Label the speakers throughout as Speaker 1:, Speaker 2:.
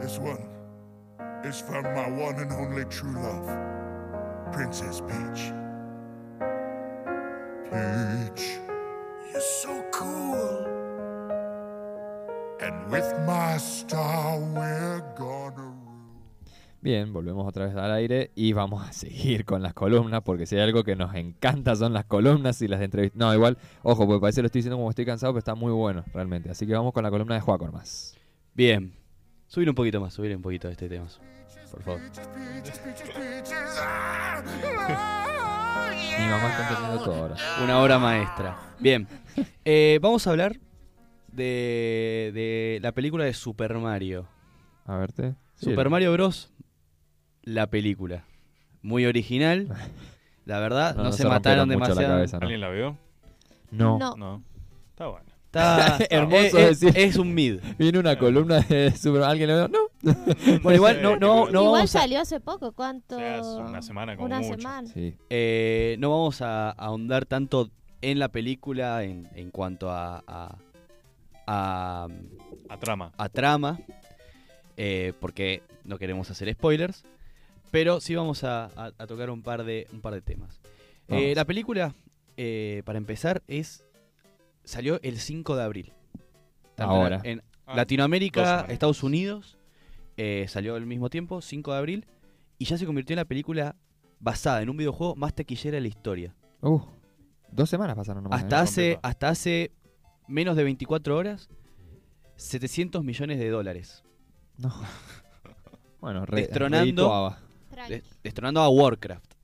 Speaker 1: This one is from my one and only true love, Princess Peach. Peach, you're so cool. And with my star, we're gonna rule.
Speaker 2: Bien, volvemos otra vez al aire y vamos a seguir con las columnas, porque si hay algo que nos encanta son las columnas y las entrevistas. No, igual, ojo, porque parece que lo estoy diciendo como estoy cansado, pero está muy bueno realmente. Así que vamos con la columna de Juaco más.
Speaker 3: Bien. Subir un poquito más, subir un poquito este tema. Por favor.
Speaker 1: Peaches, peaches, peaches, peaches. Ah, ah,
Speaker 2: Mi
Speaker 1: yeah.
Speaker 2: mamá está entendiendo todo ahora.
Speaker 3: Una obra maestra. Bien. Eh, vamos a hablar de, de la película de Super Mario.
Speaker 2: A verte. Sí,
Speaker 3: Super
Speaker 2: el-
Speaker 3: Mario Bros. La película. Muy original. La verdad, no,
Speaker 2: no
Speaker 3: se,
Speaker 2: rompieron
Speaker 3: mataron
Speaker 2: mucho la
Speaker 3: demasiado.
Speaker 2: cabeza, ¿no?
Speaker 4: ¿Alguien la vio?
Speaker 2: No.
Speaker 5: No.
Speaker 4: No. Está bueno.
Speaker 3: Está
Speaker 2: Hermoso
Speaker 3: eh, eh, es,
Speaker 2: decir.
Speaker 3: un mid.
Speaker 2: Viene una columna de Super ¿Alguien le veo? No.
Speaker 3: Bueno, igual no,
Speaker 4: sé,
Speaker 3: no, no
Speaker 5: Igual
Speaker 3: vamos a,
Speaker 5: salió hace poco, ¿cuánto?
Speaker 4: O sea, hace una semana como
Speaker 5: Una
Speaker 4: mucho.
Speaker 5: semana.
Speaker 2: Sí.
Speaker 3: eh, no vamos a ahondar tanto en la película en, en cuanto a- a- a
Speaker 4: A trama.
Speaker 3: a trama, eh, porque no queremos hacer spoilers, pero sí vamos a, a- a tocar un par de, un par de temas. Eh,
Speaker 2: Vamos.
Speaker 3: la película, eh, para empezar, es salió el 5 de abril. Tanto
Speaker 2: Ahora.
Speaker 3: En, en
Speaker 4: Ah, dos
Speaker 3: Latinoamérica,
Speaker 4: semanas.
Speaker 3: Estados Unidos, eh, salió al mismo tiempo, 5 de abril, y ya se convirtió en la película basada en un videojuego más taquillera de la historia.
Speaker 2: Uh, dos semanas pasaron nomás.
Speaker 3: Hasta
Speaker 2: ¿eh?
Speaker 3: hace,
Speaker 4: completa.
Speaker 3: hasta hace menos de 24 horas, 700 millones de dólares.
Speaker 2: No. Bueno, re,
Speaker 3: Destronando-
Speaker 2: redituaba.
Speaker 5: Tranqui.
Speaker 3: de- destronando a Warcraft.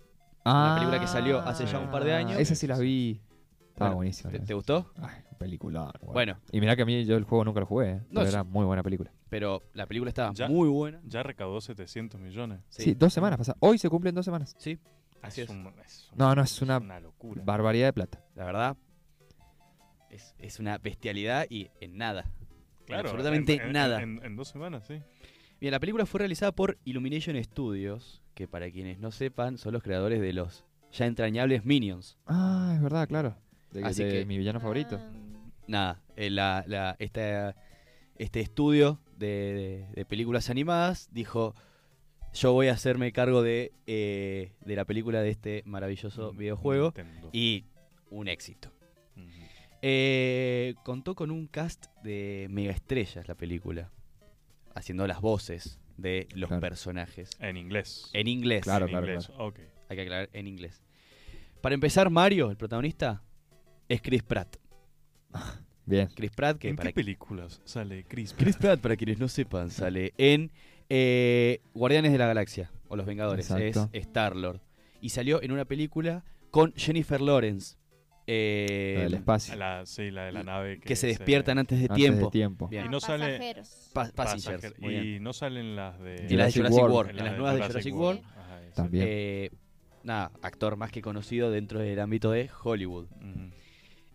Speaker 2: Ah,
Speaker 3: Una película que salió hace ya un par de años.
Speaker 2: Esa sí la vi. Estaba
Speaker 3: Bueno,
Speaker 2: buenísima. ¿eh?
Speaker 3: ¿Te, te gustó?
Speaker 2: Ay, película.
Speaker 3: Bueno.
Speaker 2: Y mirá que a mí yo el juego nunca lo jugué, ¿eh?
Speaker 3: No,
Speaker 2: pero
Speaker 3: sí.
Speaker 2: era muy buena película.
Speaker 3: Pero la película estaba
Speaker 4: Ya.
Speaker 3: muy buena.
Speaker 4: Ya recaudó 700 millones.
Speaker 2: Sí, dos semanas pasaron. Hoy se cumplen dos semanas.
Speaker 3: Sí, Así
Speaker 4: Así es.
Speaker 3: es.
Speaker 4: un- es un-
Speaker 2: No, no, es una
Speaker 4: locura.
Speaker 2: Barbaridad de plata.
Speaker 3: la verdad. Es, es una bestialidad y en nada. En
Speaker 4: Claro,
Speaker 3: absolutamente
Speaker 4: en- en-
Speaker 3: nada.
Speaker 4: En, en dos semanas, sí.
Speaker 3: Bien, la película fue realizada por Illumination Studios, que para quienes no sepan, son los creadores de los ya entrañables Minions.
Speaker 2: Ah, es verdad, claro. De,
Speaker 3: Así
Speaker 2: de
Speaker 3: que-
Speaker 2: mi
Speaker 5: Ah.
Speaker 2: villano favorito.
Speaker 3: Nada, eh, la- la- esta- este estudio de, de- de películas animadas dijo, yo voy a hacerme cargo de, eh, de la película de este maravilloso videojuego
Speaker 4: Mm, Nintendo. Mm,
Speaker 3: y un éxito.
Speaker 4: Ujú.
Speaker 3: Eh, contó con un cast de megaestrellas la película, haciendo las voces de los
Speaker 2: Claro.
Speaker 3: personajes.
Speaker 4: En inglés.
Speaker 3: En inglés,
Speaker 2: Claro,
Speaker 4: en
Speaker 2: claro,
Speaker 4: inglés. Ok.
Speaker 3: hay que aclarar, en inglés. Para empezar, Mario, el protagonista, es Chris Pratt.
Speaker 2: Bien.
Speaker 3: Chris Pratt, que
Speaker 4: ¿En
Speaker 3: para
Speaker 4: qué películas sale Chris
Speaker 3: Chris
Speaker 4: Pratt?
Speaker 3: Pratt, para quienes no sepan, sale en eh, Guardianes de la Galaxia o Los Vengadores,
Speaker 2: Exacto.
Speaker 3: es Star-Lord. Y salió en una película con Jennifer Lawrence, eh,
Speaker 2: La del espacio.
Speaker 4: La, sí, la de la nave. Que,
Speaker 3: que se despiertan antes de
Speaker 2: Antes
Speaker 3: tiempo.
Speaker 2: de tiempo.
Speaker 3: Bien.
Speaker 4: Y no sale-
Speaker 5: Pasajeros.
Speaker 3: Pa- Passengers,
Speaker 4: Passenger.
Speaker 3: muy bien.
Speaker 4: Y no salen las de.
Speaker 3: Y las de Jurassic World, en
Speaker 4: la
Speaker 3: las nuevas de Jurassic World.
Speaker 4: Ajá, esa.
Speaker 2: También.
Speaker 3: Eh, nada, actor más que conocido dentro del ámbito de Hollywood.
Speaker 4: Ujú.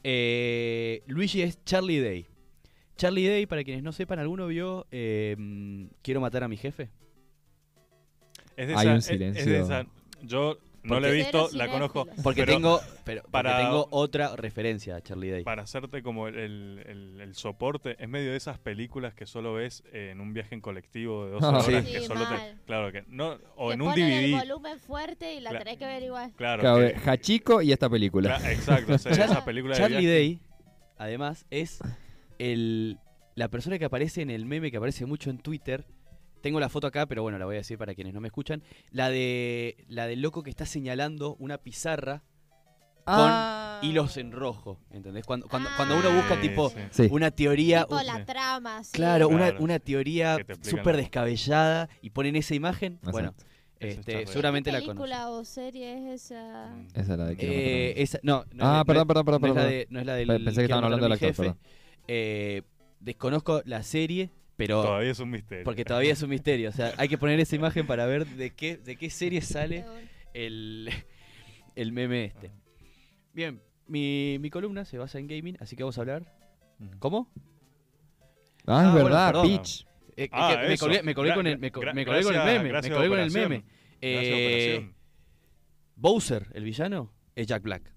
Speaker 3: Eh, Luigi es Charlie Day. Charlie Day, para quienes no sepan, ¿alguno vio eh, mm, Quiero matar a mi jefe?
Speaker 4: Es de
Speaker 2: Hay
Speaker 4: esa,
Speaker 2: un
Speaker 4: es- Es
Speaker 2: silencio.
Speaker 4: de esa. Yo no la he
Speaker 3: Porque-
Speaker 4: visto,
Speaker 5: Cero
Speaker 4: la conozco.
Speaker 5: cinéfilos.
Speaker 3: Porque
Speaker 4: Pero
Speaker 3: tengo pero, porque
Speaker 4: para-
Speaker 3: tengo otra referencia a Charlie Day.
Speaker 4: Para hacerte como el, el- el- el soporte, es medio de esas películas que solo ves eh, en un viaje en colectivo de dos
Speaker 2: Ah,
Speaker 4: horas.
Speaker 3: sí.
Speaker 4: Que
Speaker 5: Sí,
Speaker 4: solo te,
Speaker 5: mal.
Speaker 4: claro que no. O
Speaker 5: Te
Speaker 4: en un
Speaker 5: ponen el
Speaker 4: DVD.
Speaker 5: volumen fuerte y la
Speaker 4: Cla-
Speaker 5: tenés que ver igual.
Speaker 4: Claro.
Speaker 2: Claro,
Speaker 4: que-
Speaker 2: eh, Hachiko y esta película.
Speaker 4: cla- exacto. o sea,
Speaker 3: Char-
Speaker 4: esa película de
Speaker 3: Charlie
Speaker 4: viaje.
Speaker 3: Day, además, es el, la persona que aparece en el meme que aparece mucho en Twitter. Tengo la foto acá, pero bueno, la voy a decir para quienes no me escuchan. La de la del loco que está señalando una pizarra
Speaker 5: Ah.
Speaker 3: con hilos en rojo. ¿Entendés? Cuando, cuando, cuando uno busca
Speaker 4: Sí,
Speaker 3: tipo
Speaker 4: Ah, sí.
Speaker 2: Sí.
Speaker 3: una teoría.
Speaker 5: Tipo
Speaker 3: un-
Speaker 5: la trama. sí.
Speaker 3: Claro, una,
Speaker 4: Claro.
Speaker 3: una teoría
Speaker 4: Que te explican
Speaker 3: súper
Speaker 4: la-
Speaker 3: descabellada y ponen esa imagen.
Speaker 2: Exacto.
Speaker 3: Bueno,
Speaker 4: Eso es
Speaker 3: este,
Speaker 4: Charlie Day.
Speaker 3: seguramente
Speaker 5: ¿Qué
Speaker 3: la conocen.
Speaker 5: película o serie es esa?
Speaker 4: Mm.
Speaker 2: Esa es la de Quiero matar a mi
Speaker 3: Eh,
Speaker 2: jefe.
Speaker 3: esa, no, no,
Speaker 2: Ah,
Speaker 3: no-
Speaker 2: perdón, perdón, perdón.
Speaker 3: no es la
Speaker 2: perdón.
Speaker 3: de- no es la del.
Speaker 2: Pe- Pensé que
Speaker 3: Quiero
Speaker 2: estaban
Speaker 3: matar a
Speaker 2: hablando del
Speaker 3: mi
Speaker 2: actor,
Speaker 3: jefe.
Speaker 2: perdón.
Speaker 3: Eh, desconozco la serie, pero.
Speaker 4: Todavía es un misterio.
Speaker 3: Porque todavía es un misterio. O sea, hay que poner esa imagen para ver de qué, de qué serie
Speaker 5: De
Speaker 3: sale
Speaker 5: un-
Speaker 3: el, el meme este. Bien, mi, mi columna se basa en gaming, así que vamos a hablar.
Speaker 4: Ujú.
Speaker 3: ¿Cómo?
Speaker 2: Ah, es
Speaker 3: Ah, bueno,
Speaker 2: verdad,
Speaker 3: perdón.
Speaker 2: Peach.
Speaker 3: Eh, eh,
Speaker 4: Ah,
Speaker 3: que me
Speaker 4: eso.
Speaker 3: colgué, me colgué
Speaker 4: Gra-
Speaker 3: con el, me co-
Speaker 4: gra-
Speaker 3: me colgué con el
Speaker 4: gracias-
Speaker 3: meme. Me
Speaker 4: gracias
Speaker 3: colgué con el
Speaker 4: Operación.
Speaker 3: meme.
Speaker 4: Gracias,
Speaker 3: Eh,
Speaker 4: Operación.
Speaker 3: Bowser, el villano, es Jack Black.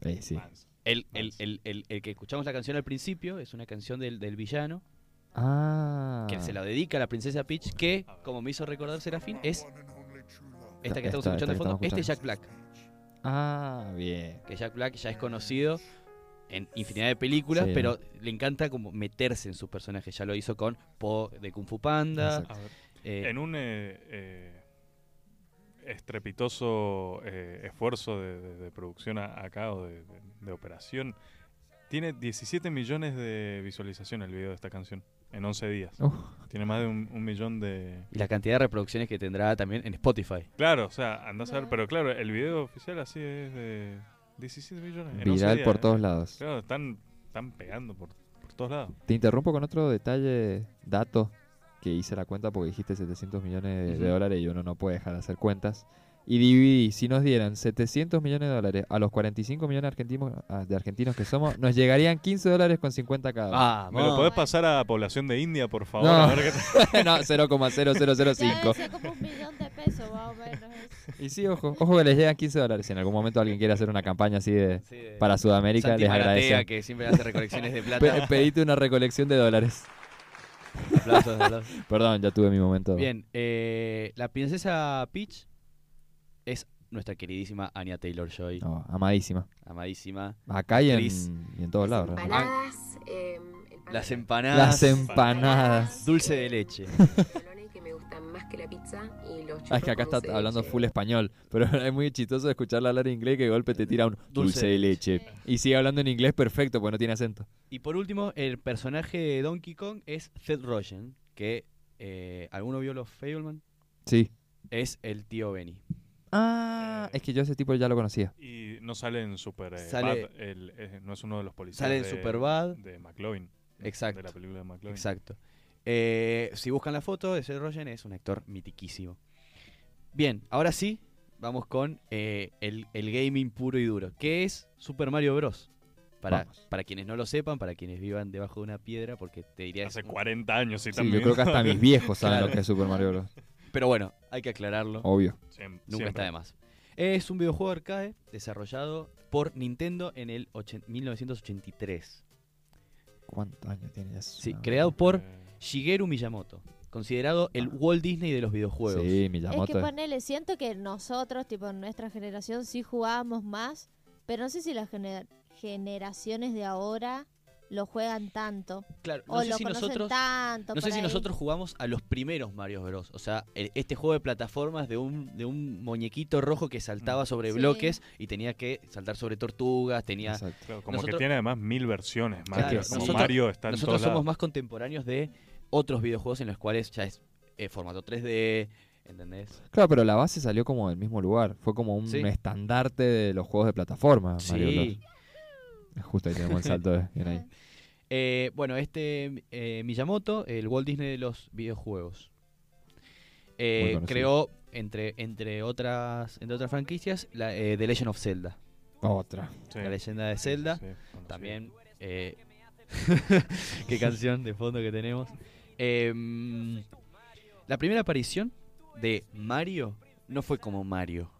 Speaker 2: Eh, sí.
Speaker 4: Manso.
Speaker 3: El, el-
Speaker 4: Nice.
Speaker 3: el- el- el que escuchamos la canción al principio es una canción del, del villano.
Speaker 2: Ah.
Speaker 3: que se la dedica a la princesa Peach, que,
Speaker 4: A ver.
Speaker 3: como me hizo recordar Serafín, es esta que
Speaker 2: Esta,
Speaker 3: estamos
Speaker 2: esta,
Speaker 3: escuchando de
Speaker 2: esta
Speaker 3: fondo.
Speaker 2: que estamos
Speaker 3: Este es Jack Black,
Speaker 2: Ah, bien.
Speaker 3: que Jack Black ya es conocido en infinidad de películas,
Speaker 2: Sí.
Speaker 3: pero le encanta como meterse en sus personajes. Ya lo hizo con Po de Kung Fu Panda.
Speaker 2: Exacto.
Speaker 4: A ver.
Speaker 3: eh,
Speaker 4: En un eh, eh, estrepitoso eh, esfuerzo de, de- de producción a- acá o de, de- de operación, tiene 17 millones de visualizaciones el video de esta canción en 11 días.
Speaker 2: Uf.
Speaker 4: Tiene más de un, un millón de...
Speaker 3: y la cantidad de reproducciones que tendrá también en Spotify.
Speaker 4: Claro, o sea, andás a ver,
Speaker 5: Claro.
Speaker 4: pero claro, el video oficial así es de 17 millones. en 11
Speaker 2: Viral
Speaker 4: días,
Speaker 2: por
Speaker 4: ¿eh?
Speaker 2: todos lados.
Speaker 4: Claro, están, están pegando por, por todos lados.
Speaker 2: Te interrumpo con otro detalle, dato, que hice la cuenta porque dijiste 700 millones de, de
Speaker 3: Ujú.
Speaker 2: dólares y uno no puede dejar de hacer cuentas. Y dividí, si nos dieran 700 millones de dólares a los 45 millones argentinos, ah, de argentinos que somos, nos llegarían 15 dólares con 50 cada
Speaker 3: Ah.
Speaker 2: uno.
Speaker 4: ¿Me lo podés pasar a población de India, por favor? A
Speaker 2: No.
Speaker 4: ver qué-
Speaker 2: no,
Speaker 5: Ya
Speaker 2: 0,0005.
Speaker 5: debe ser como un millón de pesos, más o menos. es-
Speaker 2: Y sí, ojo, ojo que les llegan 15 dólares. Si en algún momento alguien quiere hacer una campaña así de
Speaker 3: Sí, de
Speaker 2: para Sudamérica,
Speaker 3: Santi
Speaker 2: les
Speaker 3: Maratea,
Speaker 2: agradece.
Speaker 3: que siempre hace recolecciones de
Speaker 2: Pe-
Speaker 3: plata.
Speaker 2: pedite una recolección de dólares.
Speaker 3: Aplausos, aplausos.
Speaker 2: Perdón, ya tuve mi momento.
Speaker 3: Bien, eh, la princesa Peach es nuestra queridísima Anya Taylor-Joy,
Speaker 2: No, amadísima.
Speaker 3: amadísima.
Speaker 2: Acá y en,
Speaker 3: Actriz.
Speaker 2: y en todos lados.
Speaker 6: Las
Speaker 2: realmente.
Speaker 6: empanadas, eh, empanadas,
Speaker 3: Las empanadas,
Speaker 2: Las em- empanadas.
Speaker 3: dulce de leche.
Speaker 6: pepperoni que me gustan más que la pizza y los
Speaker 2: Ah, es que acá
Speaker 6: churros con
Speaker 2: está
Speaker 6: dulce de
Speaker 2: hablando
Speaker 6: leche.
Speaker 2: full español, pero es muy chistoso escucharla hablar inglés que de golpe te tira un dulce,
Speaker 3: Dulce
Speaker 2: de
Speaker 3: de
Speaker 2: leche. Y sigue hablando en inglés perfecto, porque no tiene acento.
Speaker 3: Y por último, el personaje de Donkey Kong es Seth Rogen, que eh, ¿alguno vio los Fableman?
Speaker 2: Sí.
Speaker 3: Es el tío Benny.
Speaker 2: Ah,
Speaker 4: Eh.
Speaker 2: es que yo ese tipo ya lo conocía.
Speaker 4: Y no sale en Super eh,
Speaker 3: Sale-
Speaker 4: Bad, el- eh, no es uno de los policías.
Speaker 3: Sale en
Speaker 4: de-
Speaker 3: Superbad.
Speaker 4: De McLovin.
Speaker 3: Exacto.
Speaker 4: De la película de McLovin.
Speaker 3: Exacto. Eh, si buscan la foto de Seth Rogen, es un actor mitiquísimo. Bien, ahora sí, vamos con eh, el, el gaming puro y duro. ¿Qué es Super Mario Bros? Para,
Speaker 2: Vamos.
Speaker 3: para quienes no lo sepan, para quienes vivan debajo de una piedra, porque te diría...
Speaker 4: Hace
Speaker 3: es un-
Speaker 4: 40 años y
Speaker 2: Sí,
Speaker 4: también.
Speaker 2: yo creo que hasta mis viejos saben
Speaker 3: Claro.
Speaker 2: lo que es Super Mario Bros.
Speaker 3: Pero bueno, hay que aclararlo.
Speaker 2: Obvio.
Speaker 4: Siem-
Speaker 3: Nunca
Speaker 4: siempre.
Speaker 3: está de más. Es un videojuego arcade desarrollado por Nintendo en el ochen- 1983.
Speaker 2: ¿Cuántos años tiene eso?
Speaker 3: Sí, creado por
Speaker 4: Eh,
Speaker 3: Shigeru Miyamoto, considerado el
Speaker 4: Ah.
Speaker 3: Walt Disney de los videojuegos.
Speaker 2: Sí,
Speaker 5: Es que
Speaker 2: Miyamoto.
Speaker 5: ponele, siento que nosotros, tipo en nuestra generación, sí jugábamos más, pero no sé si las gener- generaciones de ahora lo juegan tanto.
Speaker 3: Claro,
Speaker 5: o
Speaker 3: no sé
Speaker 5: lo
Speaker 3: si
Speaker 5: conocen
Speaker 3: nosotros
Speaker 5: tanto.
Speaker 3: no sé
Speaker 5: por
Speaker 3: si
Speaker 5: ahí.
Speaker 3: nosotros jugamos a los primeros Mario Bros. O sea, el- este juego de plataformas de un, de un muñequito rojo que saltaba
Speaker 4: Mm.
Speaker 3: sobre
Speaker 5: Sí.
Speaker 3: bloques y tenía que saltar sobre tortugas, tenía...
Speaker 2: Exacto.
Speaker 4: claro, como
Speaker 3: Nosotros-
Speaker 4: que tiene además mil versiones. Mario,
Speaker 2: Claro,
Speaker 4: como
Speaker 2: nosotros-
Speaker 4: Mario está en
Speaker 3: Nosotros
Speaker 4: todos
Speaker 3: somos
Speaker 4: lados.
Speaker 3: más contemporáneos de otros videojuegos en los cuales ya es eh, formato 3D, ¿entendés?
Speaker 2: Claro, pero la base salió como del mismo lugar. Fue como un
Speaker 3: Sí.
Speaker 2: estandarte de los juegos de
Speaker 4: Ah,
Speaker 2: plataforma, Mario Bros. Justo ahí tenemos el salto. eh, bien ahí.
Speaker 3: Eh, bueno, este eh, Miyamoto, el Walt Disney de los videojuegos, eh,
Speaker 2: Muy conocido.
Speaker 3: creó, entre, entre, otras, entre otras franquicias, la, eh, The Legend of Zelda.
Speaker 2: Otra.
Speaker 4: Sí,
Speaker 3: La leyenda de
Speaker 4: sí, sí,
Speaker 3: Zelda.
Speaker 4: sí, conocido.
Speaker 3: También, eh, qué canción de fondo que tenemos. Em, la primera aparición de Mario no fue como Mario.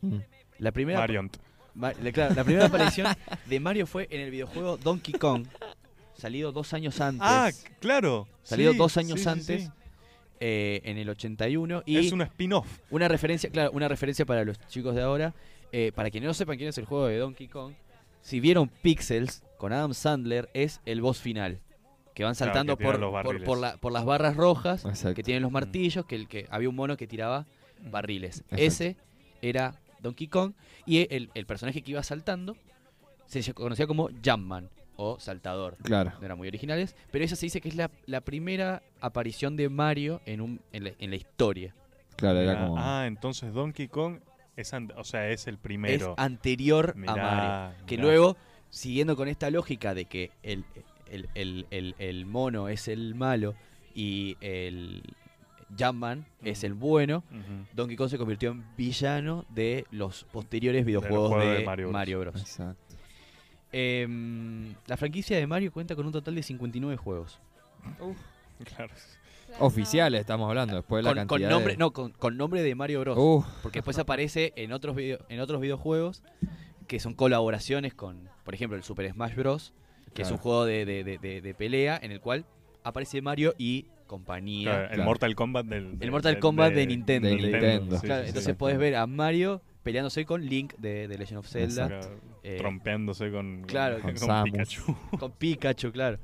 Speaker 2: Mm.
Speaker 3: La primera,
Speaker 4: Marion.
Speaker 3: Ma- la- claro, la primera aparición de Mario fue en el videojuego Donkey Kong, salido dos años antes.
Speaker 4: Ah, claro.
Speaker 3: Salido
Speaker 4: Sí,
Speaker 3: dos años
Speaker 4: sí, sí,
Speaker 3: antes,
Speaker 4: sí.
Speaker 3: eh, en el 81. Y
Speaker 4: Es un spin-off.
Speaker 3: una referencia, claro, una referencia para los chicos de ahora. eh, para quienes no sepan quién es el juego de Donkey Kong, si vieron Pixels con Adam Sandler, es el boss final. Que van
Speaker 4: Claro,
Speaker 3: saltando
Speaker 4: que tiran
Speaker 3: por-
Speaker 4: los
Speaker 3: por,
Speaker 4: barriles. Mm.
Speaker 3: por la- por las barras rojas,
Speaker 2: Ah, Exacto.
Speaker 3: que tienen los martillos, que, el, que había un mono que tiraba barriles.
Speaker 2: Exacto.
Speaker 3: Ese era Donkey Kong y el, el personaje que iba saltando se ll- conocía como Jumpman o Saltador
Speaker 2: Claro.
Speaker 3: no eran muy originales, pero esa se dice que es la, la primera aparición de Mario en, un, en, la, en la historia.
Speaker 2: Claro, era
Speaker 4: Mirá,
Speaker 2: como.
Speaker 4: Ah, entonces Donkey Kong es, an- o sea, es el primero.
Speaker 3: Es anterior
Speaker 4: Mirá,
Speaker 3: a Mario. Que
Speaker 4: mirá.
Speaker 3: luego, siguiendo con esta lógica de que el, el, el- el- el mono es el malo y el Jumpman es el bueno,
Speaker 4: Ujú.
Speaker 3: Donkey Kong se convirtió en villano de los posteriores videojuegos
Speaker 4: juego
Speaker 3: de,
Speaker 4: de Mario
Speaker 3: Mario
Speaker 4: Bros.
Speaker 3: Bros.
Speaker 2: Exacto.
Speaker 3: Em, la franquicia de Mario cuenta con un total de 59 juegos.
Speaker 4: Claro.
Speaker 5: Claro,
Speaker 2: Oficiales estamos hablando. Después de la
Speaker 3: Con, con
Speaker 2: cantidad.
Speaker 3: nombre,
Speaker 2: de-
Speaker 3: no, con, con nombre de Mario Bros.
Speaker 2: Uh,
Speaker 3: Porque después aparece en otros, video- en otros videojuegos que son colaboraciones con, por ejemplo, el Super Smash Bros., que es
Speaker 2: Claro.
Speaker 3: un juego de, de- de- de- de pelea en el cual aparece Mario y compañía.
Speaker 4: Claro, El
Speaker 2: Claro.
Speaker 4: Mortal Kombat del.
Speaker 3: El Mortal Kombat de Nintendo,
Speaker 2: de
Speaker 4: Nintendo,
Speaker 2: Nintendo.
Speaker 4: sí,
Speaker 3: Claro,
Speaker 4: sí, sí.
Speaker 3: entonces podés ver a Mario peleándose con Link de, de Legend of Zelda,
Speaker 4: Acá,
Speaker 3: eh,
Speaker 4: Trompeándose con,
Speaker 3: claro,
Speaker 4: con,
Speaker 2: con
Speaker 4: con
Speaker 2: Samus.
Speaker 4: Pikachu.
Speaker 3: con Pikachu, claro.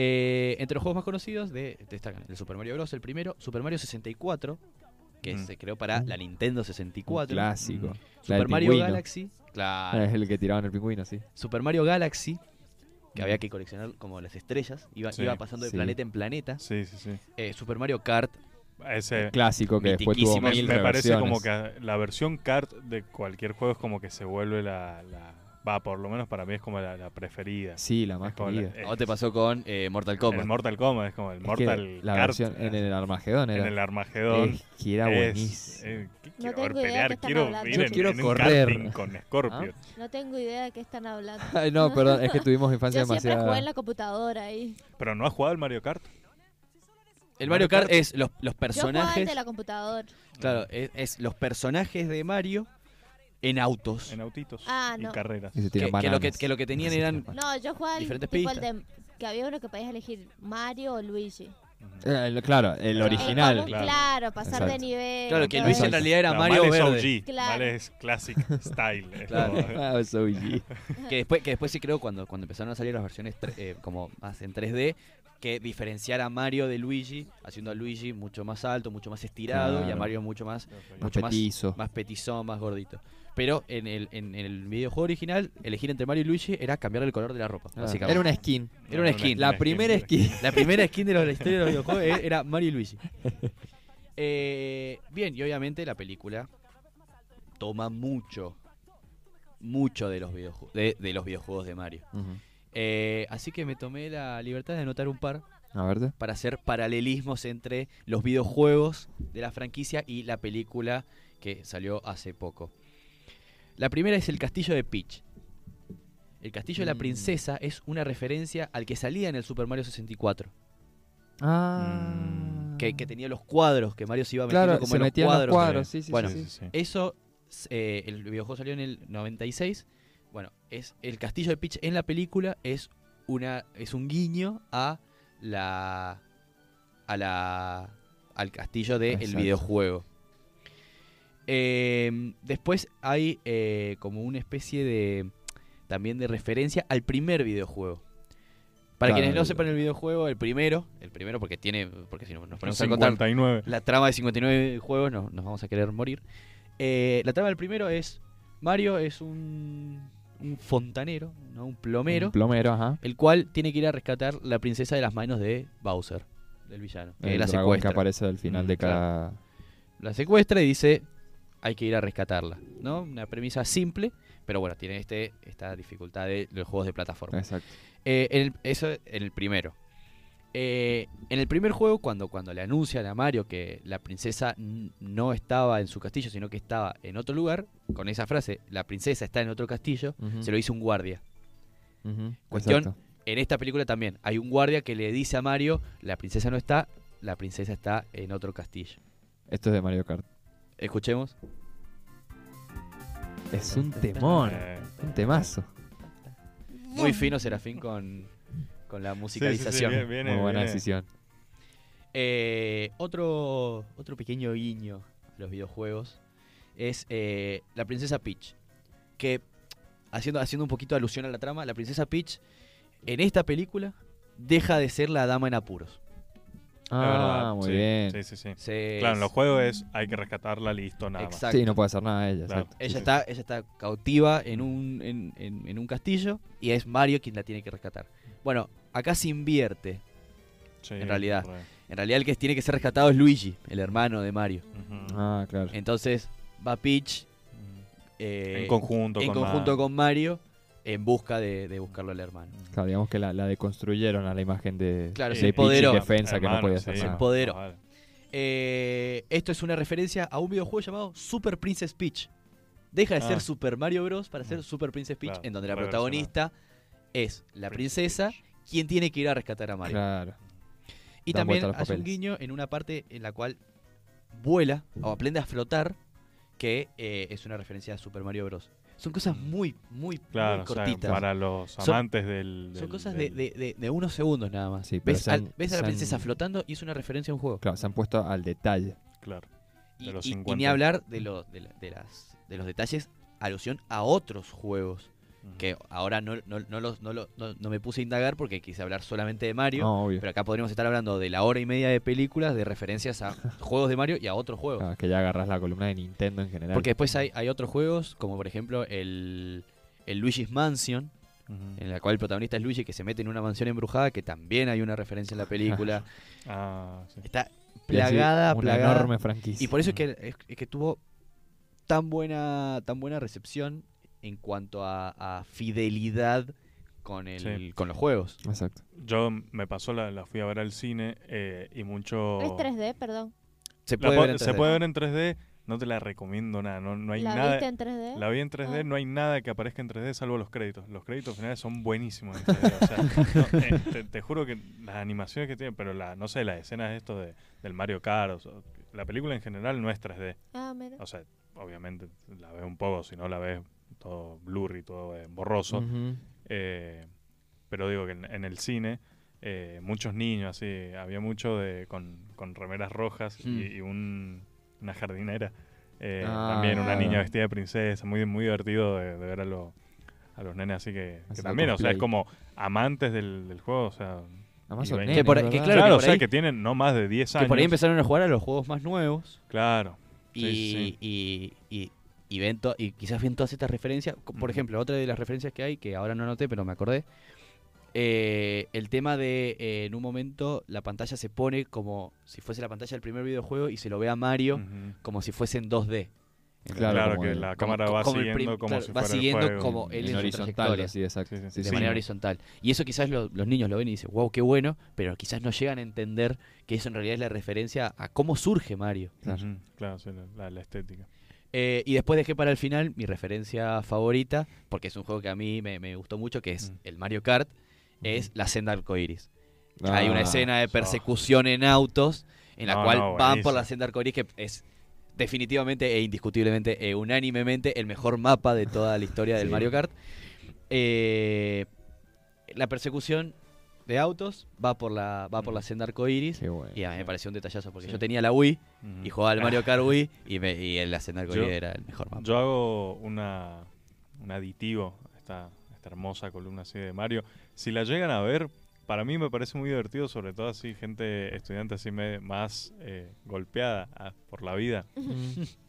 Speaker 3: Eh, entre los juegos más conocidos de, destacan el Super Mario Bros. el primero, Super Mario 64, que
Speaker 4: Mm.
Speaker 3: se creó para la Nintendo
Speaker 2: Un
Speaker 3: 64,
Speaker 2: clásico.
Speaker 4: Mm.
Speaker 2: La del
Speaker 3: Super Mario
Speaker 2: pingüino.
Speaker 3: Galaxy, claro,
Speaker 2: Ah, Es el que tiraban el pingüino, sí.
Speaker 3: Super Mario Galaxy, que había que coleccionar como las estrellas, iba,
Speaker 4: Sí.
Speaker 3: iba pasando de
Speaker 2: Sí.
Speaker 3: planeta en planeta,
Speaker 4: Sí, sí, sí.
Speaker 3: Eh, Super Mario Kart,
Speaker 4: Ese.
Speaker 2: Clásico que después tuvo Eh,
Speaker 3: Mitiquísimo.
Speaker 4: Me,
Speaker 2: mil
Speaker 4: me parece como
Speaker 2: reversiones.
Speaker 4: que la versión kart de cualquier juego es como que se vuelve la. la- va, por lo menos para mí es como la, la preferida.
Speaker 2: Sí, la más
Speaker 4: Es como la-
Speaker 2: querida.
Speaker 4: es-
Speaker 3: ¿o te pasó con eh, Mortal Kombat?
Speaker 4: El Mortal Kombat es como el
Speaker 2: pues? Es que
Speaker 4: Mortal
Speaker 2: la
Speaker 4: Kart.
Speaker 2: versión en
Speaker 4: eh,
Speaker 2: el Armagedón
Speaker 4: en
Speaker 2: era.
Speaker 4: el Armagedón.
Speaker 2: Es que era
Speaker 4: es-
Speaker 2: buenísimo.
Speaker 4: eh, ¿qué
Speaker 5: No
Speaker 4: quiero
Speaker 5: tengo
Speaker 4: ver
Speaker 5: idea de
Speaker 4: pelear,
Speaker 5: qué están
Speaker 4: quiero
Speaker 5: hablando.
Speaker 4: ir
Speaker 2: Yo
Speaker 4: en,
Speaker 2: quiero
Speaker 4: en un
Speaker 2: correr. ¿Ah?
Speaker 4: karting con Scorpio.
Speaker 5: No tengo idea de qué están hablando.
Speaker 2: Ay, no, perdón, es que tuvimos infancia
Speaker 5: Yo siempre
Speaker 2: demasiado.
Speaker 5: jugué en la computadora ahí.
Speaker 4: Pero no has jugado el Mario Kart.
Speaker 3: El Mario Kart es los, los
Speaker 5: Yo jugaba el
Speaker 3: personajes.
Speaker 5: de la computadora.
Speaker 3: Claro, es, es los personajes de Mario en autos.
Speaker 4: En autitos
Speaker 5: Ah,
Speaker 4: y
Speaker 5: no.
Speaker 4: carreras.
Speaker 2: Y se
Speaker 3: Que,
Speaker 2: tiran
Speaker 3: que lo que,
Speaker 2: bananas.
Speaker 3: que lo que tenían eran.
Speaker 5: No, yo jugaba el,
Speaker 3: Diferentes
Speaker 5: tipo el de, que había uno que podías elegir Mario o Luigi.
Speaker 4: Ujú.
Speaker 2: Eh, lo- claro, el
Speaker 4: Claro.
Speaker 5: Eh,
Speaker 2: original.
Speaker 5: como,
Speaker 4: claro.
Speaker 5: claro. pasar
Speaker 2: Exacto.
Speaker 5: de nivel.
Speaker 3: Claro, que
Speaker 5: todo
Speaker 3: Luis en
Speaker 5: eso.
Speaker 3: realidad era
Speaker 4: No,
Speaker 3: Mario
Speaker 4: Mal es
Speaker 3: Verde.
Speaker 4: OG,
Speaker 5: Claro.
Speaker 4: Mal es classic style. es
Speaker 3: Claro.
Speaker 4: como-
Speaker 2: Ah, soy yo.
Speaker 3: Que después, que después sí creo cuando, cuando empezaron a salir las versiones tre- eh, como más en 3D, que diferenciar a Mario de Luigi, haciendo a Luigi mucho más alto, mucho más estirado, y a
Speaker 2: Claro.
Speaker 3: Mario mucho más,
Speaker 2: Más
Speaker 3: mucho más,
Speaker 2: petizo.
Speaker 3: más petizón, más gordito. Pero en el, en, en el videojuego original, elegir entre Mario y Luigi era cambiarle el color de la ropa,
Speaker 2: Ah,
Speaker 3: básicamente.
Speaker 2: Era una skin.
Speaker 3: Era una skin.
Speaker 2: La primera skin.
Speaker 3: La primera skin de los- la historia de los videojuegos e- era Mario y Luigi. Eh, bien, y obviamente la película toma mucho, mucho de los, videoju- de, de los videojuegos de Mario.
Speaker 2: Ujú.
Speaker 3: Eh, así que me tomé la libertad de anotar un par
Speaker 2: A ver.
Speaker 3: para hacer paralelismos entre los videojuegos de la franquicia y la película que salió hace poco. La primera es el castillo de Peach. El castillo de la
Speaker 2: Mm.
Speaker 3: princesa es una referencia al que salía en el Super Mario 64.
Speaker 2: Ah.
Speaker 3: Mm, que, que tenía los cuadros, que Mario se iba metiendo
Speaker 2: Claro,
Speaker 3: como
Speaker 2: se
Speaker 3: en los
Speaker 2: metían
Speaker 3: cuadros.
Speaker 2: los cuadros. Sí, sí,
Speaker 3: Bueno,
Speaker 2: sí, sí.
Speaker 3: Eso, s- eh, el videojuego salió en el 96. Bueno, es el castillo de Peach en la película es una es un guiño a la a la al castillo del
Speaker 2: Exacto.
Speaker 3: videojuego. Eh, después hay eh, como una especie de también de referencia al primer videojuego. Para
Speaker 2: Claro,
Speaker 3: quienes no
Speaker 2: el-
Speaker 3: sepan el videojuego, el primero, el primero porque tiene, porque si no nos ponemos a contar
Speaker 4: 59.
Speaker 3: la trama de 59 juegos, no, nos vamos a querer morir. Eh, la trama del primero es, Mario es un, un fontanero, ¿no? un plomero,
Speaker 2: Un Plomero, ajá.
Speaker 3: el cual tiene que ir a rescatar la princesa de las manos de Bowser, del villano. que
Speaker 2: El
Speaker 3: la
Speaker 2: dragón que
Speaker 3: secuestra.
Speaker 2: aparece al final de
Speaker 3: Mm, claro.
Speaker 2: cada.
Speaker 3: La secuestra y dice, hay que ir a rescatarla. ¿no? Una premisa simple, pero bueno, tiene este, esta dificultad de los juegos de plataforma.
Speaker 2: Exacto.
Speaker 3: Eh, en el, eso en el primero. Eh, en el primer juego, cuando, cuando le anuncian a Mario que la princesa n- no estaba en su castillo, sino que estaba en otro lugar, con esa frase, la princesa está en otro castillo,
Speaker 2: Ujú.
Speaker 3: se lo dice un guardia.
Speaker 2: Ujú,
Speaker 3: Cuestión-
Speaker 2: exacto.
Speaker 3: En esta película también hay un guardia que le dice a Mario, la princesa no está, la princesa está en otro castillo.
Speaker 2: Esto es de Mario Kart.
Speaker 3: Escuchemos.
Speaker 2: Es un temón.
Speaker 4: Eh,
Speaker 2: Un temazo.
Speaker 3: Muy fino Serafín con, con la
Speaker 4: sí, sí, sí,
Speaker 3: musicalización.
Speaker 4: viene- viene-
Speaker 2: Muy buena
Speaker 4: viene-
Speaker 2: decisión.
Speaker 3: Eh, otro, otro pequeño guiño a los videojuegos es eh, la princesa Peach. Que, haciendo, haciendo un poquito alusión a la trama, la princesa Peach en esta película deja de ser la dama en apuros.
Speaker 4: la
Speaker 2: Ah,
Speaker 4: verdad,
Speaker 2: muy
Speaker 4: sí,
Speaker 2: bien.
Speaker 4: Sí, sí, sí.
Speaker 3: Se-
Speaker 4: Claro, en los juegos es hay que rescatarla, listo, nada más.
Speaker 3: Exacto.
Speaker 2: Sí, no puede hacer nada ella.
Speaker 4: Claro.
Speaker 2: Exacto.
Speaker 3: Ella,
Speaker 4: Sí,
Speaker 3: está, ella está cautiva en un, en, en- en un castillo y es Mario quien la tiene que rescatar. Bueno, acá se invierte.
Speaker 4: sí,
Speaker 3: en realidad.
Speaker 4: re.
Speaker 3: En realidad el que tiene que ser rescatado es Luigi, el hermano de Mario.
Speaker 4: Ujú.
Speaker 2: Ah, claro.
Speaker 3: Entonces va Peach. eh,
Speaker 4: en conjunto.
Speaker 3: en
Speaker 4: con
Speaker 3: conjunto
Speaker 4: Ma-
Speaker 3: con Mario en busca de, de buscarlo al hermano.
Speaker 2: Claro, digamos que la, la deconstruyeron a la imagen de,
Speaker 3: Claro,
Speaker 2: de
Speaker 3: se
Speaker 2: Peach y
Speaker 3: empoderó.
Speaker 2: defensa que no
Speaker 4: Hermano,
Speaker 2: podía hacer
Speaker 4: sí.
Speaker 3: Se
Speaker 2: nada.
Speaker 3: empoderó. podero.
Speaker 4: Ah, vale.
Speaker 3: Eh, esto es una referencia a un videojuego llamado Super Princess Peach. Deja de
Speaker 4: Ah.
Speaker 3: ser Super Mario Bros. para ser
Speaker 4: Mm.
Speaker 3: Super Princess Peach,
Speaker 4: Claro,
Speaker 3: en donde la
Speaker 4: reversionado.
Speaker 3: protagonista es la
Speaker 4: Princess
Speaker 3: princesa
Speaker 4: Peach.
Speaker 3: quien tiene que ir a rescatar a Mario.
Speaker 2: Claro.
Speaker 3: Y
Speaker 2: Dan
Speaker 3: también
Speaker 2: vuelta los
Speaker 3: hace un
Speaker 2: papeles.
Speaker 3: guiño en una parte en la cual vuela o aprende a flotar, que eh, es una referencia a Super Mario Bros. Son cosas muy, muy, muy
Speaker 4: Claro, o sea,
Speaker 3: cortitas.
Speaker 4: para los
Speaker 3: Son-
Speaker 4: amantes del,
Speaker 3: Son
Speaker 4: del-
Speaker 3: cosas de,
Speaker 4: del-
Speaker 3: de- de- de unos segundos nada más.
Speaker 2: Sí, pero
Speaker 3: ves,
Speaker 2: se han-
Speaker 3: al- ves a la
Speaker 2: se han-
Speaker 3: princesa flotando y es una referencia a un juego.
Speaker 2: Claro, se han puesto al detalle.
Speaker 4: Claro.
Speaker 3: Y,
Speaker 4: de los
Speaker 3: y- y
Speaker 4: 50.
Speaker 3: ni hablar de, lo- de, la- de las, de los detalles alusión a otros juegos. Que ahora no, no, no los, no, lo- no- no me puse a indagar porque quise hablar solamente de Mario.
Speaker 2: No, Ah, obvio.
Speaker 3: Pero acá podríamos estar hablando de la hora y media de películas, de referencias a juegos de Mario y a otros juegos.
Speaker 2: Claro, que ya agarras la columna de Nintendo en general.
Speaker 3: Porque después hay, hay otros juegos, como por ejemplo el, el Luigi's Mansion,
Speaker 4: Ujú.
Speaker 3: en la cual el protagonista es Luigi que se mete en una mansión embrujada, que también hay una referencia en la película.
Speaker 4: Ah, sí.
Speaker 2: Y
Speaker 3: Está
Speaker 2: así,
Speaker 3: plagada,
Speaker 2: una
Speaker 3: plagada.
Speaker 2: enorme franquicia.
Speaker 3: Y por eso es que, es- es que tuvo tan buena, tan buena recepción en cuanto a, a fidelidad con, el,
Speaker 4: Sí.
Speaker 3: con los juegos.
Speaker 2: Exacto.
Speaker 4: Yo me pasó, la, la fui a ver al cine eh, y mucho...
Speaker 5: Es 3D, perdón.
Speaker 3: Se
Speaker 4: La
Speaker 3: puede,
Speaker 4: po-
Speaker 3: ver en
Speaker 4: se
Speaker 3: 3D.
Speaker 4: puede ver en 3D, no te la recomiendo nada, no, no hay
Speaker 5: ¿La
Speaker 4: nada...
Speaker 5: viste en 3D?
Speaker 4: La vi en 3D,
Speaker 5: Ah.
Speaker 4: no hay nada que aparezca en 3D salvo los créditos. Los créditos finales son buenísimos. en 3D, o sea, no, eh, te, te juro que las animaciones que tienen, pero la, no sé, las escenas de esto de, del Mario Kart, o sea, la película en general no es 3D.
Speaker 5: Ah, mira.
Speaker 4: O sea, obviamente la ves un poco, si no la ves todo blurry, todo eh, borroso.
Speaker 2: Ujú.
Speaker 4: Eh, pero digo que en, en el cine, eh, muchos niños, así, había mucho de, con, con remeras rojas y-
Speaker 3: Mm.
Speaker 4: y, un- una jardinera. eh,
Speaker 2: Ah,
Speaker 4: también una
Speaker 5: claro.
Speaker 4: niña vestida de princesa, muy, muy divertido de, de ver a, lo- a los nenes, así que, que
Speaker 2: Haciendo
Speaker 4: también, o sea, es
Speaker 2: cosplay.
Speaker 4: como amantes del, del juego, o sea,
Speaker 2: Además
Speaker 4: Y
Speaker 2: son
Speaker 4: veinte.
Speaker 2: nenes,
Speaker 4: Que
Speaker 3: por- que
Speaker 2: ¿verdad?
Speaker 3: Claro
Speaker 4: claro,
Speaker 3: que
Speaker 4: o
Speaker 3: por
Speaker 4: sea,
Speaker 3: ahí-
Speaker 4: que tienen no más de 10
Speaker 3: Que
Speaker 4: años.
Speaker 3: por ahí empezaron a jugar a los juegos más nuevos.
Speaker 4: Claro,
Speaker 3: Y,
Speaker 4: Sí, sí,
Speaker 3: y- y ven to- y quizás ven todas estas referencias. Co- Por
Speaker 4: Ujú.
Speaker 3: ejemplo, otra de las referencias que hay, que ahora no anoté, pero me acordé. eh, el tema de eh, en un momento la pantalla se pone como si fuese la pantalla del primer videojuego y se lo ve a Mario
Speaker 4: Ujú.
Speaker 3: como si fuese en 2D.
Speaker 2: Claro,
Speaker 4: claro,
Speaker 2: como
Speaker 4: que
Speaker 2: el-
Speaker 4: la
Speaker 3: Como-
Speaker 4: cámara
Speaker 3: co-
Speaker 4: va
Speaker 3: como el
Speaker 4: siguiendo
Speaker 3: prim-
Speaker 4: como
Speaker 3: claro,
Speaker 4: si
Speaker 3: va
Speaker 4: fuera el
Speaker 3: siguiendo
Speaker 4: juego.
Speaker 3: como él
Speaker 2: en
Speaker 3: su
Speaker 2: horizontal,
Speaker 3: trayectoria.
Speaker 2: así, exacto.
Speaker 4: Sí, sí,
Speaker 3: de
Speaker 4: sí.
Speaker 3: manera horizontal. Y eso quizás lo- los niños lo ven y dicen, wow, qué bueno, pero quizás no llegan a entender que eso en realidad es la referencia a cómo surge Mario.
Speaker 2: Claro.
Speaker 4: Ujú, Claro, sí, la- la- la estética.
Speaker 3: Eh, y después dejé para el final mi referencia favorita, porque es un juego que a mí me, me gustó mucho, que es
Speaker 4: Mm.
Speaker 3: el Mario Kart, es la senda arcoíris.
Speaker 2: Ah,
Speaker 3: Hay una escena de persecución en autos en la
Speaker 4: No,
Speaker 3: cual
Speaker 4: no,
Speaker 3: van por
Speaker 4: buenísimo.
Speaker 3: la senda arcoíris, que es definitivamente e indiscutiblemente, e unánimemente, el mejor mapa de toda la historia del
Speaker 2: Sí.
Speaker 3: Mario Kart. Eh, la persecución de autos va por la, va por la senda arcoíris.
Speaker 2: Qué bueno.
Speaker 3: Y a mí me pareció un detallazo porque
Speaker 4: Sí.
Speaker 3: yo tenía la Wii
Speaker 4: Ujú.
Speaker 3: y jugaba al Mario Kart Wii y, me, y el Ascender
Speaker 4: Yo-
Speaker 3: Goliath era el mejor mapa.
Speaker 4: Yo hago una, un aditivo a esta, a esta hermosa columna así de Mario. Si la llegan a ver, para mí me parece muy divertido, sobre todo así gente estudiante así me- más eh, golpeada ah, por la vida.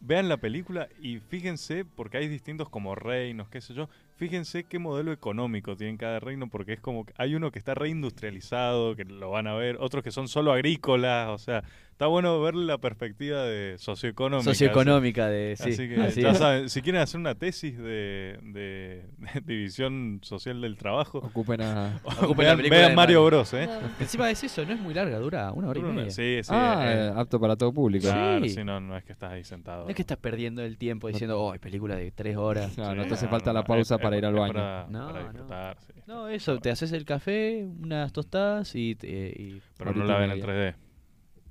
Speaker 4: Vean la película y fíjense, porque hay distintos como reinos, qué sé yo, fíjense qué modelo económico tiene cada reino, porque es como que hay uno que está reindustrializado, que lo van a ver, otros que son solo agrícolas, o sea, está bueno ver la perspectiva de socioeconómica. así.
Speaker 3: Socioeconómica de Eh, sí.
Speaker 4: Así que
Speaker 3: así
Speaker 4: ya
Speaker 3: es.
Speaker 4: saben, si quieren hacer una tesis de, de- de división social del trabajo,
Speaker 2: Ocupen a...
Speaker 3: Ocupen la
Speaker 4: vean,
Speaker 3: película
Speaker 4: vean
Speaker 3: de
Speaker 4: Mario
Speaker 3: Mario.
Speaker 4: Bros. ¿eh?
Speaker 5: Bueno,
Speaker 3: Encima es eso, no es muy larga, dura una hora y media.
Speaker 4: Sí, sí.
Speaker 2: ah,
Speaker 4: eh,
Speaker 2: eh, apto para todo público.
Speaker 4: claro,
Speaker 3: sí.
Speaker 4: sí, no, no es que estás ahí sentado.
Speaker 3: No es que estás perdiendo el tiempo diciendo, oh, hay película de tres horas.
Speaker 2: Claro, no
Speaker 4: Sí,
Speaker 2: te hace falta la
Speaker 4: es-
Speaker 2: pausa
Speaker 4: es
Speaker 2: para ir al baño.
Speaker 4: Para,
Speaker 3: No,
Speaker 4: para
Speaker 3: no.
Speaker 4: disfrutar, sí.
Speaker 3: No, eso, te haces el café, unas tostadas y... te- y-
Speaker 4: Pero no
Speaker 2: Ahorita
Speaker 4: la
Speaker 2: y
Speaker 4: ven en
Speaker 2: media.
Speaker 4: 3D.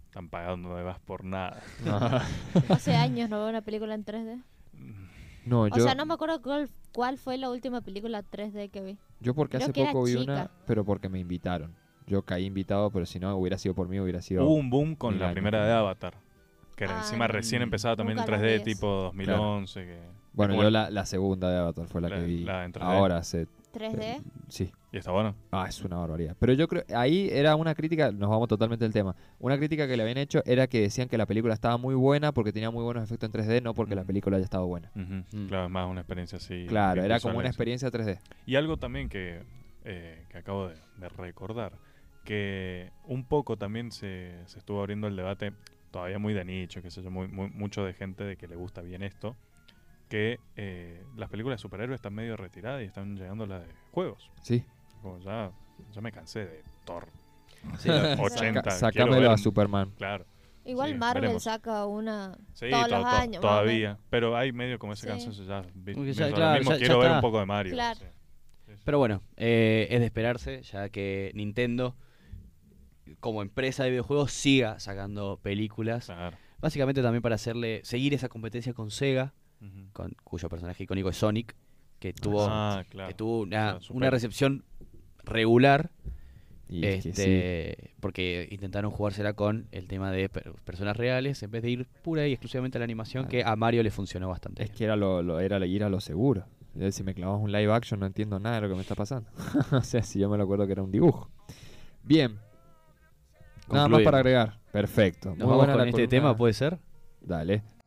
Speaker 4: Están pagando de más por nada.
Speaker 5: Hace años no veo una película en 3D.
Speaker 2: No,
Speaker 5: O
Speaker 2: Pues yo,
Speaker 5: sea, no me acuerdo cuál, cuál fue la última película 3D que vi.
Speaker 2: yo porque
Speaker 5: creo
Speaker 2: hace
Speaker 5: que era
Speaker 2: poco vi
Speaker 5: chica.
Speaker 2: una, pero porque me invitaron. Yo caí invitado, pero si no hubiera sido por mí, hubiera sido...
Speaker 4: Hubo un boom con
Speaker 2: Mil
Speaker 4: la
Speaker 2: años,
Speaker 4: primera de
Speaker 2: claro.
Speaker 4: Avatar. Que era
Speaker 5: Ah,
Speaker 4: encima
Speaker 5: no.
Speaker 4: recién empezaba también en
Speaker 5: Nunca la
Speaker 4: 3D,
Speaker 5: vi
Speaker 4: tipo 2011. que-
Speaker 2: bueno,
Speaker 4: como
Speaker 2: yo la, la segunda de Avatar fue la,
Speaker 4: La-
Speaker 2: que vi
Speaker 4: la en 3D.
Speaker 2: ahora, hace...
Speaker 5: 3D.
Speaker 2: Sí.
Speaker 4: Y está bueno.
Speaker 2: Ah, es una barbaridad. Pero yo creo, ahí era una crítica, nos vamos totalmente del tema. Una crítica que le habían hecho era que decían que la película estaba muy buena porque tenía muy buenos efectos en 3D, no porque la
Speaker 4: Mm.
Speaker 2: película haya estado buena.
Speaker 4: Ujú.
Speaker 3: Mm.
Speaker 4: Claro, es más una experiencia así.
Speaker 2: Claro, era como
Speaker 4: visual,
Speaker 2: una
Speaker 4: eso.
Speaker 2: experiencia 3D.
Speaker 4: Y algo también que, eh, que acabo de, de recordar, que un poco también se, se estuvo abriendo el debate, todavía muy de nicho, que sé yo, muy, muy- mucho de gente de que le gusta bien esto, que eh, las películas de superhéroes están medio retiradas y están llegando las de juegos.
Speaker 2: Sí.
Speaker 4: Como ya, ya me cansé de Thor
Speaker 3: Sí, lo-
Speaker 4: 80.
Speaker 2: Saca-
Speaker 4: quiero
Speaker 2: sacámelo
Speaker 4: ver-
Speaker 2: a Superman.
Speaker 4: Claro.
Speaker 5: Igual
Speaker 4: Sí,
Speaker 5: Marvel
Speaker 4: veremos.
Speaker 5: saca una
Speaker 4: Sí,
Speaker 5: todos
Speaker 4: to-
Speaker 5: los
Speaker 4: to-
Speaker 5: años. más o menos.
Speaker 4: todavía. Pero hay medio como ese
Speaker 5: Sí.
Speaker 4: cansancio ya. vi-
Speaker 3: Porque ya,
Speaker 4: pienso lo
Speaker 3: claro,
Speaker 4: mismo,
Speaker 3: ya- ya
Speaker 4: quiero ver
Speaker 3: está.
Speaker 4: un poco de Mario.
Speaker 5: Claro.
Speaker 4: sí. Sí, sí.
Speaker 3: Pero bueno, eh, es de esperarse, ya que Nintendo, como empresa de videojuegos, siga sacando películas.
Speaker 4: Claro.
Speaker 3: Básicamente también para hacerle seguir esa competencia con Sega,
Speaker 4: Ujú.
Speaker 3: con, cuyo personaje icónico es Sonic, que tuvo,
Speaker 4: Ah, claro.
Speaker 3: que tuvo una,
Speaker 4: Claro,
Speaker 3: una
Speaker 4: supera.
Speaker 3: recepción regular,
Speaker 2: Y es que
Speaker 3: este, porque intentaron jugársela con el tema de per- personas reales en vez de ir pura y exclusivamente a la animación,
Speaker 2: Claro.
Speaker 3: que a Mario le funcionó bastante.
Speaker 2: sí.
Speaker 4: este
Speaker 2: Es que era lo, lo- era ir a lo seguro. Eh, Si me clavas un live action no entiendo nada de lo que me está pasando. o sea, si yo me lo acuerdo que era un dibujo. Bien. Nada más
Speaker 3: Concluimos.
Speaker 2: para agregar. Perfecto.
Speaker 3: Nos
Speaker 2: Muy
Speaker 3: vamos
Speaker 2: buena
Speaker 3: con
Speaker 2: la
Speaker 3: este
Speaker 2: columna.
Speaker 3: tema, ¿puede ser?
Speaker 2: Dale.
Speaker 1: Oh,